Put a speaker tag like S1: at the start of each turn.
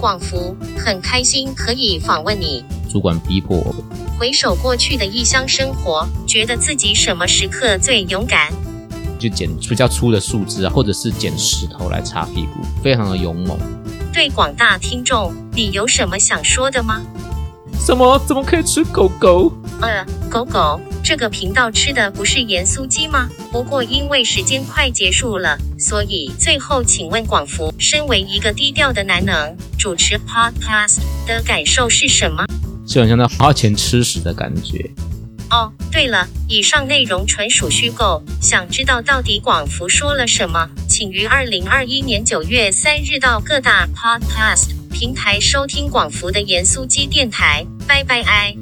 S1: 广福，很开心可以访问你。
S2: 主管逼迫我，
S1: 回首过去的异乡生活，觉得自己什么时刻最勇敢？
S2: 就捡比较粗的树枝啊，或者是捡石头来擦屁股，非常的勇猛。
S1: 对广大听众，你有什么想说的吗？
S2: 什么？怎么可以吃狗狗？
S1: 呃，狗狗，这个频道吃的不是盐酥鸡吗？不过因为时间快结束了，所以最后请问广福，身为一个低调的男能，主持 podcast 的感受是什么？
S2: 就很像在花钱吃屎的感觉。
S1: 哦，对了，以上内容纯属虚构，想知道到底广福说了什么，请于二零二一年九月三日到各大 podcast 平台收听广福的盐酥鸡电台。拜拜，爱。